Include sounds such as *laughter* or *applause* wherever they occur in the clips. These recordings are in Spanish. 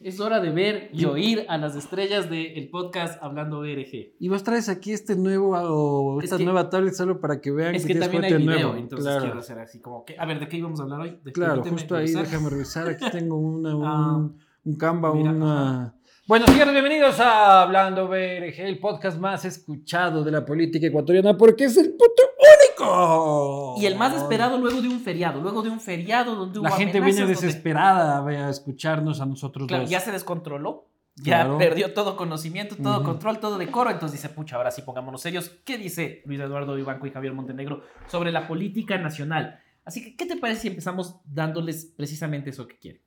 Es hora de ver y oír a las estrellas del podcast Hablando BRG. Y vos traes aquí este nuevo o Es esta que- nueva tablet solo para que vean Es que, que tienes también hay contenido video, nuevo. entonces claro, quiero hacer así como que, a ver, ¿de qué íbamos a hablar hoy? De- claro, permíteme justo ahí, revisar. déjame revisar. *laughs* Aquí tengo una, Ah, un, un Canva, mira, una. Buenos días, bienvenidos a Hablando BRG, el podcast más escuchado de la política ecuatoriana porque es el puto único. Y el más esperado luego de un feriado, luego de un feriado donde hubo Oh. La gente viene amenazas, donde- desesperada a, a escucharnos a nosotros Claro, dos. ya se descontroló, ya Claro. perdió todo conocimiento, todo Ujú. control, todo decoro. Entonces dice, pucha, ahora sí pongámonos serios. ¿Qué dice Luis Eduardo Vivanco y Javier Montenegro sobre la política nacional? Así que, ¿qué te parece si empezamos dándoles precisamente eso que quieren?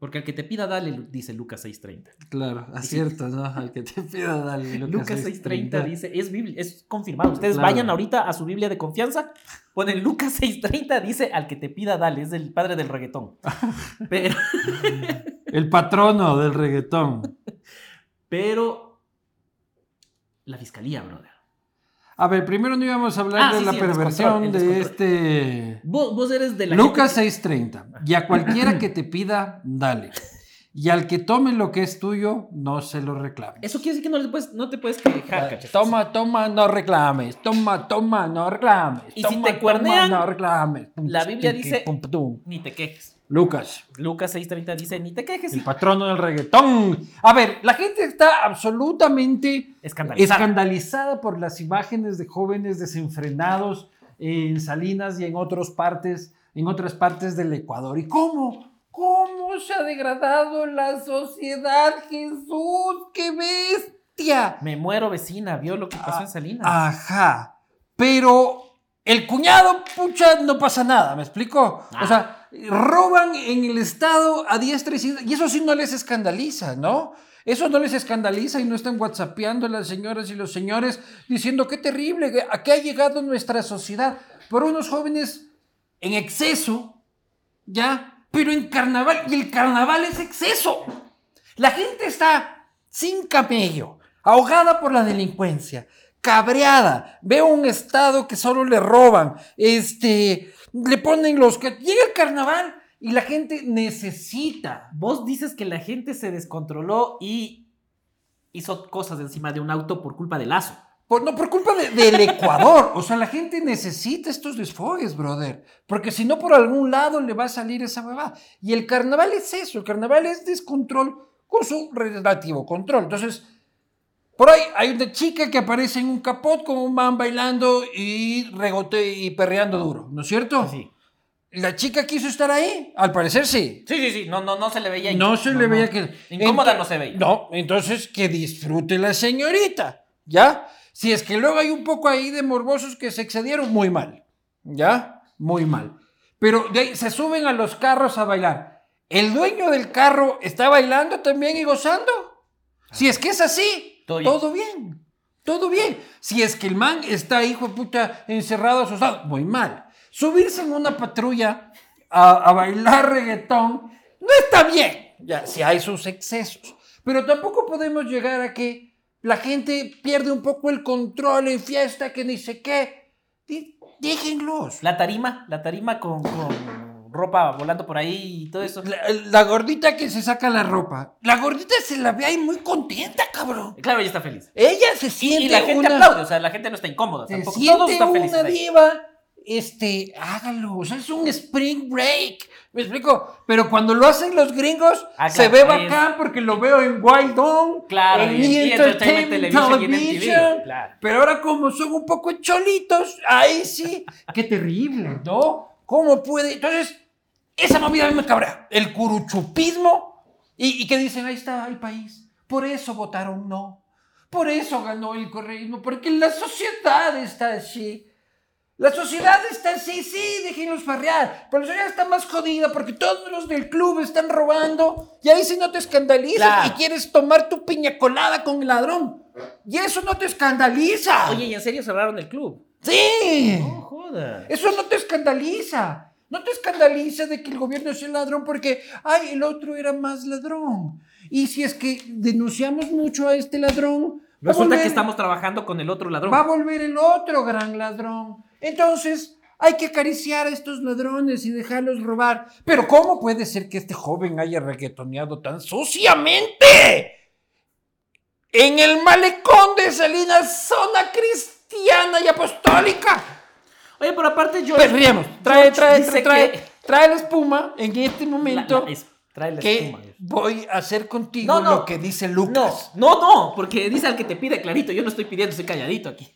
Porque al que te pida, dale, Lu- dice Lucas 630. Claro, *laughs* acierta, ¿no? Al que te pida, dale. Lucas, Lucas 630 dice, es Biblia, es confirmado. Ustedes Claro. vayan ahorita a su Biblia de confianza, ponen Lucas 630, dice, al que te pida, dale, es el padre del *laughs* reggaetón. Pero, El patrono del reggaetón. pero la fiscalía, brother. A ver, primero no íbamos a hablar Ah, de sí, la sí, el descontrol, perversión el de descontrol. este. Vos, vos eres de la Lucas gente 630. Y a cualquiera que te pida, dale. Y al que tome lo que es tuyo, no se lo que- reclames. Eso quiere decir que no, le puedes- no te puedes quejar, cachas. Toma, toma, no reclames. Toma, toma, no reclames. Y si toma, te toma, cuernean, no reclames. Pum, la Biblia pum, dice- pum, pum. Ni te quejes. Lucas. Lucas 630 dice, ni te quejes. El patrono del reggaetón. A ver, la gente está absolutamente Escandalizada. escandalizada por las imágenes de jóvenes desenfrenados en Salinas y en otras partes, en otras partes del Ecuador. ¿Y cómo? ¿Cómo se ha degradado la sociedad, Jesús? ¡Qué bestia! Me muero vecina, vio lo que Ah, pasó en Salinas. Ajá. Pero el cuñado, pucha, no pasa nada, ¿me explico? Ah. O sea, roban en el Estado a diestra y siniestra. Y eso sí no les escandaliza, ¿no? Eso no les escandaliza y no están whatsappeando las señoras y los señores diciendo qué terrible, que- a qué ha llegado nuestra sociedad. Por unos jóvenes en exceso, ¿ya? Pero en carnaval, y el carnaval es exceso. La gente está sin camello, ahogada por la delincuencia, cabreada, veo un estado que solo le roban, este, le ponen los... que- Llega el carnaval y la gente necesita. Vos dices que la gente se descontroló y hizo cosas encima de un auto por culpa de Lazo. Por, no, por culpa de- del Ecuador. O sea, la gente necesita estos desfogues, brother. Porque si no, por algún lado le va a salir esa huevada. Y el carnaval es eso. El carnaval es descontrol con su relativo control. Entonces, por ahí hay una chica que aparece en un capot con un man bailando y regote y perreando duro. ¿No es cierto? Sí. ¿La chica quiso estar ahí? Al parecer sí. Sí, sí, sí. No, no, no se le veía. No se le no. veía que... Incómoda Ento- no se veía. No, entonces que disfrute la señorita, ¿ya? Si es que luego hay un poco ahí de morbosos que se excedieron, muy mal, ¿ya? Muy mal. Pero de ahí se suben a los carros a bailar. ¿El dueño del carro está bailando también y gozando? Si es que es así, Todo todo bien. bien. Todo bien. Si es que el man está, hijo de puta, encerrado, asustado, muy mal. Subirse en una patrulla a, a bailar reggaetón no está bien, ya, si hay sus excesos. Pero tampoco podemos llegar a que la gente pierde un poco el control en fiesta, que ni sé qué. Di- Déjenlos. La tarima, la tarima con, con ropa volando por ahí y todo eso. La, la gordita que se saca la ropa. La gordita se la ve ahí muy contenta, cabrón. Claro, ella está feliz. Ella se siente Y la gente una... aplaude, o sea, la gente no está incómoda. Se Tampoco. Todos siente están una felices. ahí. diva, este, hágalo. O sea, es un spring break. ¿Me explico? Pero cuando lo hacen los gringos, Ah, se claro, ve ahí es. bacán porque lo veo en Wild On, Claro, en y en E! E! Entertainment Television y en MTV, claro. Pero ahora, como son un poco cholitos, ahí sí, qué terrible, ¿no? ¿Cómo puede? Entonces, esa movida a mí me cabrea. El curuchupismo y, y que dicen, ahí está el país. Por eso votaron no. Por eso ganó el correísmo. Porque la sociedad está así. La sociedad está así, sí, déjenlos farrear. Pero la sociedad está más jodida porque todos los del club están robando. Y ahí sí no te escandalizas Claro. y quieres tomar tu piña colada con el ladrón. Y eso no te escandaliza. Oye, ¿y en serio cerraron el club? sí. No joda. Eso no te escandaliza. No te escandaliza de que el gobierno sea ladrón porque, ay, el otro era más ladrón. Y si es que denunciamos mucho a este ladrón, va a Resulta volver- que estamos trabajando con el otro ladrón. va a volver el otro gran ladrón. Entonces, Hay que acariciar a estos ladrones y dejarlos robar. Pero ¿cómo puede ser que este joven haya reggaetoneado tan suciamente? En el malecón de Salinas, zona cristiana y apostólica. Oye, pero aparte yo. Perriemos. Trae, George trae, dice trae, trae, que- trae la espuma en este momento. La- la- es- trae la que espuma. voy a hacer contigo No, no. lo que dice No, Lucas. no, no, porque dice al que te pide clarito. Yo no estoy pidiendo, estoy calladito aquí.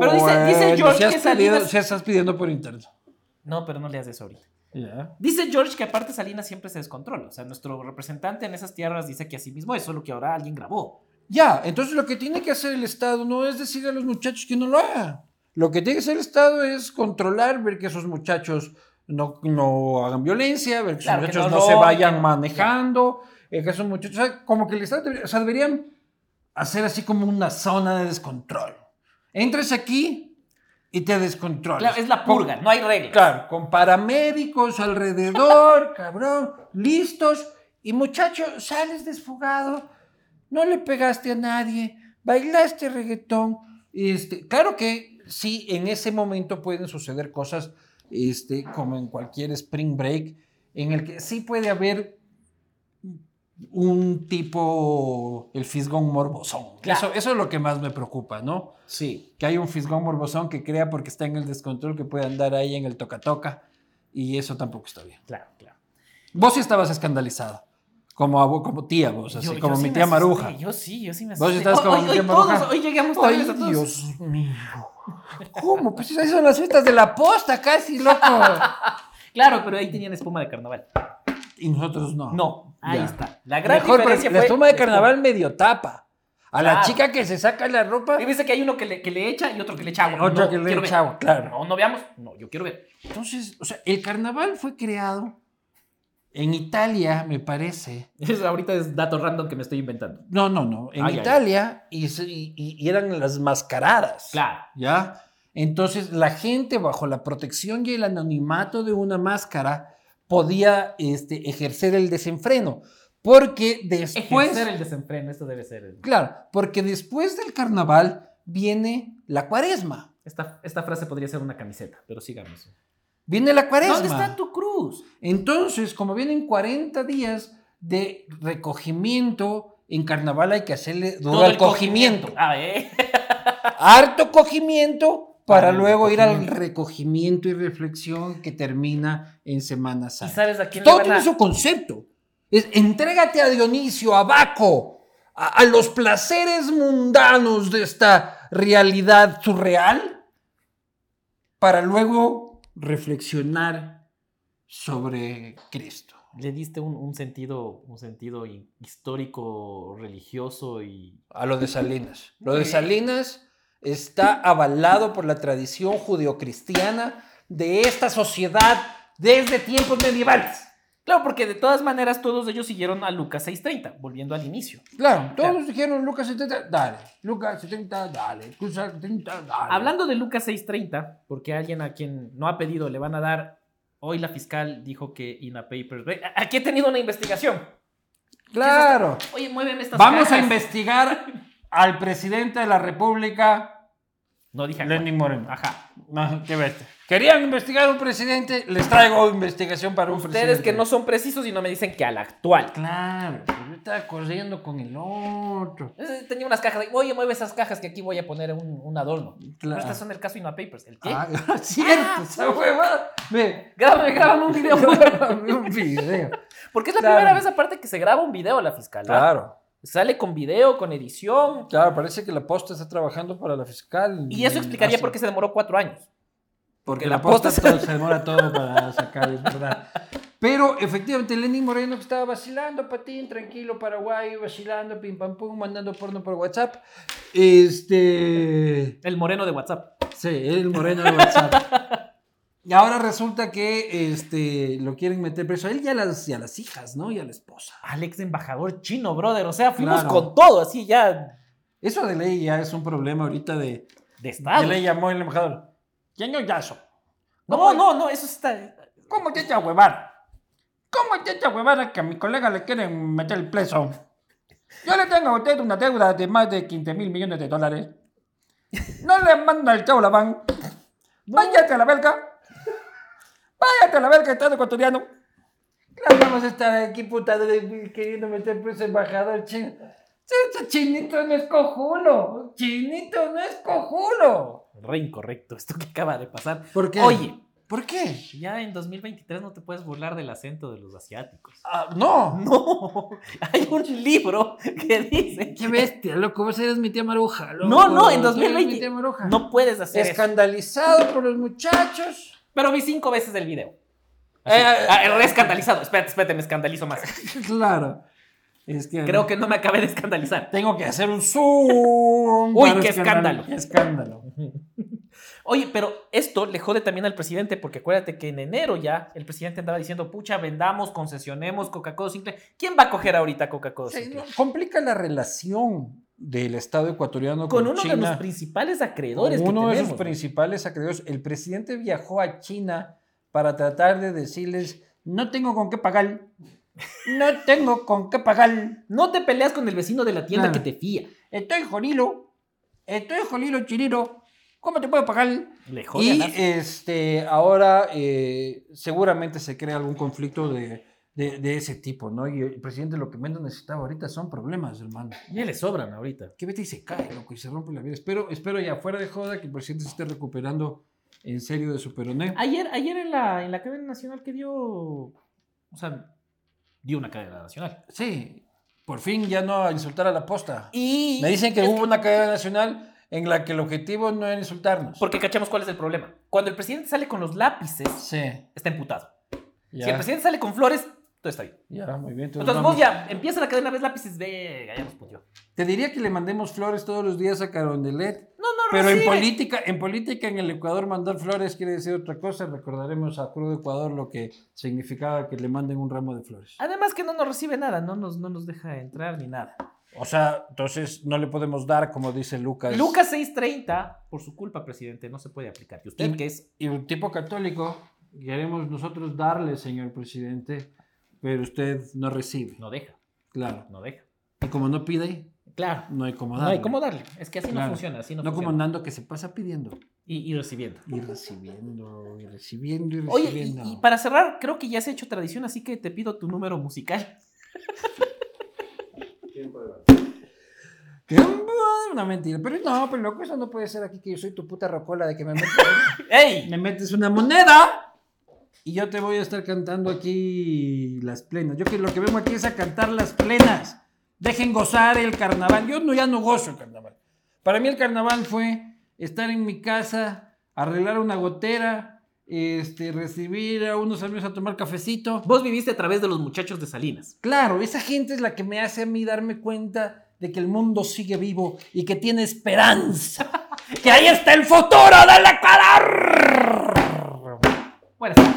Pero dice- dice Bueno, George si has que pedido- Salinas- si estás pidiendo por internet. No, pero no le haces ahorita. Ya. Dice George que aparte Salinas siempre se descontrola. O sea, nuestro representante en esas tierras dice que así mismo es, solo que ahora alguien grabó. Ya, entonces lo que tiene que hacer el Estado no es decir a los muchachos que no lo hagan. Lo que tiene que hacer el Estado es controlar, ver que esos muchachos no, no hagan violencia, ver que Claro, que esos muchachos no no, se roben, vayan que no- manejando, eh, que esos muchachos, o sea, como que el Estado, debería- o sea, deberían hacer así como una zona de descontrol. Entres aquí y te descontrolas. Claro, es la purga, no hay reglas. Claro, con paramédicos alrededor, cabrón, listos. Y muchacho, sales desfugado, no le pegaste a nadie, bailaste reggaetón. Este, claro que sí, en ese momento pueden suceder cosas este, como en cualquier spring break, en el que sí puede haber un tipo, el fisgón morbosón. Claro. Eso, eso es lo que más me preocupa, ¿no? Sí. que hay un fisgón morbosón que crea porque está en el descontrol que puede andar ahí en el toca-toca y eso tampoco está bien. Claro, claro. Vos sí estabas escandalizado, como, abo- como tía vos, así Yo- yo como sí mi me tía asusté, Maruja. Yo sí, yo sí me Vos estás Hoy- como hoy, mi hoy tía todos, Maruja. hoy llegamos Ay, tardes a todos. Dios mío. ¿Cómo? Pues esas son las fiestas de la posta casi, loco. Claro, pero ahí tenían espuma de carnaval. Y nosotros no. No, ahí Ah. Ya. está. La gran Mejor, diferencia porque fue la espuma de carnaval medio tapa. A la Claro. chica que se saca la ropa, Y dice que hay uno que le, que le echa y otro que le echa agua. otra No, que le quiero ver. echa agua, claro. No, no veamos. No, yo quiero ver. *laughs* Entonces, o sea, el carnaval fue creado en Italia, me parece. Eso ahorita es dato random que me estoy inventando. No, no, no. En Ah, ya, ya. Italia y se- Y, y eran las mascaradas. Claro. ¿Ya? Entonces la gente bajo la protección y el anonimato de una máscara podía este, ejercer el desenfreno. Porque después... Ejercer el desenfreno, esto debe ser. el- Claro, porque después del carnaval viene la cuaresma. Esta, esta frase podría ser una camiseta, pero sigamos. Viene la cuaresma. ¿Dónde está tu cruz? Entonces, como vienen 40 días de recogimiento, en carnaval hay que hacerle duro Todo al cogimiento. Ah, *laughs* ¿eh? harto cogimiento para Para el luego ir al recogimiento. recogimiento y reflexión que termina en Semana ¿Y Santa. sabes a quién Todo le van tiene a... su concepto. Es, entrégate a Dionisio, a Baco, a, a los placeres mundanos de esta realidad surreal para luego reflexionar sobre Cristo. Le diste un, un sentido, un sentido hi- histórico, religioso y. A lo de Salinas. Lo de Salinas está avalado por la tradición judeocristiana de esta sociedad desde tiempos medievales. Claro, porque de todas maneras todos ellos siguieron a Lucas 630, volviendo al inicio. Claro, todos Claro. dijeron Lucas 70, dale. Lucas 70, dale. Lucas 70, dale. Hablando de Lucas 630, porque alguien a quien no ha pedido le van a dar. Hoy la fiscal dijo que Ina Papers. Ve, a- Aquí he tenido una investigación. *laughs* Claro. Oye, muéveme estas Vamos a cajas. investigar al presidente de la República, No dije a cuál. Lenin Moreno. Ajá. No, qué bestia. Querían investigar a un presidente, les traigo investigación para un presidente. Ustedes que no son precisos y no me dicen que al actual. Claro, pues yo estaba corriendo con el otro. Eh, Tenía unas cajas. de, Oye, mueve esas cajas que aquí voy a poner un, un adorno. Pero Claro. estas son el caso Ina Papers. ¿El qué? Ah, cierto, Ah, esa huevada. Ve, Grábame, grábame un *laughs* video. grabame un video. Porque es la Claro. primera vez aparte que se graba un video la fiscal. ¿ah? Claro, Sale con video, con edición. claro, parece que la posta está trabajando para la fiscal. Y eso explicaría por qué se demoró cuatro años. Porque que la la posta, posta *laughs* todo- se demora todo para sacar, es verdad. Pero efectivamente, Lenín Moreno que estaba vacilando, patín, tranquilo, paraguayo, vacilando, pim pam pum, mandando porno por WhatsApp. Este. El moreno de WhatsApp. Sí, el moreno de WhatsApp. Y ahora resulta que este, lo quieren meter preso a él y a las, y a las hijas, ¿no? Y a la esposa. Alex, embajador chino, brother. O sea, fuimos Claro. con todo, así ya Eso de ley ya es un problema ahorita de... de Ya estado. le llamó el embajador. ¿Quién es Yaso? No, no, no, eso está. ¿Cómo te echa a huevar? ¿Cómo te echa a huevar a que a mi colega le quieren meter el preso? Yo le tengo a usted una deuda de más de 15 mil millones de dólares. No le manda el chavo la van. Váyate a la belga. Váyate a la verga, Estado ecuatoriano. Claro, vamos a estar aquí, puta, de- queriendo meter preso embajador chino. Chinito no es cojulo. Chinito no es cojulo. Re incorrecto esto que acaba de pasar. ¿Por Oye, ¿Por qué? ya en 2023 no te puedes burlar del acento de los asiáticos. Ah, no. No, *laughs* hay un libro que dice Qué bestia, loco. Vos eres mi tía Maruja. loco. No, no, en Tú eres 2020. mi tía Maruja. no puedes hacer eso. Escandalizado por los muchachos. *laughs* Pero vi cinco veces el video. Así, Eh, eh, ah, re escandalizado. Espérate, espérate, me escandalizo más. *laughs* Claro. Es que Creo que no me acabé de escandalizar. tengo que hacer un zoom. Uy, para qué escandal- escándalo. Qué escándalo. Oye, pero esto le jode también al presidente, porque acuérdate que en enero ya el presidente andaba diciendo, pucha, vendamos, concesionemos Coca-Cola simple. ¿Quién va a coger ahorita Coca-Cola Sí, simple? no, complica la relación del Estado ecuatoriano con, Con uno China, de los principales con acreedores. que uno de sus tenemos, ¿no? principales acreedores. El presidente viajó a China para tratar de decirles, no tengo con qué pagar, no tengo con qué pagar, No te peleas con el vecino de la tienda Claro. que te fía. estoy jolilo, estoy jolilo chinero, ¿cómo te puedo pagar? Le jode a Y la- este, ahora eh, seguramente se crea algún conflicto de, de- de ese tipo, ¿no? Y el presidente lo que menos necesitaba ahorita son problemas, hermano. Ya le sobran ahorita. Que vete y se cae, loco, y se rompe la vida. Espero, espero ya fuera de joda que el presidente se esté recuperando en serio de su peroné. Ayer, ayer en, la, en la cadena nacional que dio. O sea, dio una cadena nacional. Sí, por fin ya no a insultar a la posta. Y. Me dicen que es hubo una cadena nacional en la que el objetivo no era insultarnos. Porque cachamos cuál es el problema. Cuando el presidente sale con los lápices, Sí, está emputado. Si el ya, presidente sale con flores, todo está bien. ya, muy bien. Entonces vamos. vos ya empieza la cadena, ves lápices, ve, ya nos puteó. Te diría que le mandemos flores todos los días a Carondelet. No, no, Pero en recibe. política, en política en el Ecuador mandar flores quiere decir otra cosa. Recordaremos a Cruz de Ecuador lo que significaba que le manden un ramo de flores. Además que no nos recibe nada, no nos, no nos deja entrar ni nada. O sea, entonces no le podemos dar, como dice Lucas. Lucas 630, por su culpa, presidente, no se puede aplicar. Y usted Y- que es Y un tipo católico, queremos nosotros darle, señor presidente, pero usted no recibe. no deja, Claro. no deja. Y como no pide, Claro. no hay como No darle. hay cómo darle. Es que así Claro. no funciona, así no, No como funciona. Nando que se pasa pidiendo. Y, y recibiendo. Y recibiendo, y recibiendo, y Oye, y, recibiendo. y para cerrar, creo que ya se ha hecho tradición, así que te pido tu número musical. *laughs* ¿Qué? Una mentira. Pero no, pero loco, eso no puede ser aquí que yo soy tu puta rocola de que me metes, ¡Ey! me metes una moneda y yo te voy a estar cantando aquí las plenas. Yo que lo que vengo aquí es a cantar las plenas. Dejen gozar el carnaval. Yo no, ya no gozo el carnaval. Para mí el carnaval fue estar en mi casa, arreglar una gotera, este, recibir a unos amigos a tomar cafecito. Vos viviste a través de los muchachos de Salinas. Claro, esa gente es la que me hace a mí darme cuenta de que el mundo sigue vivo y que tiene esperanza. *laughs* ¡Que ahí está el futuro del Ecuador! Buenas tardes.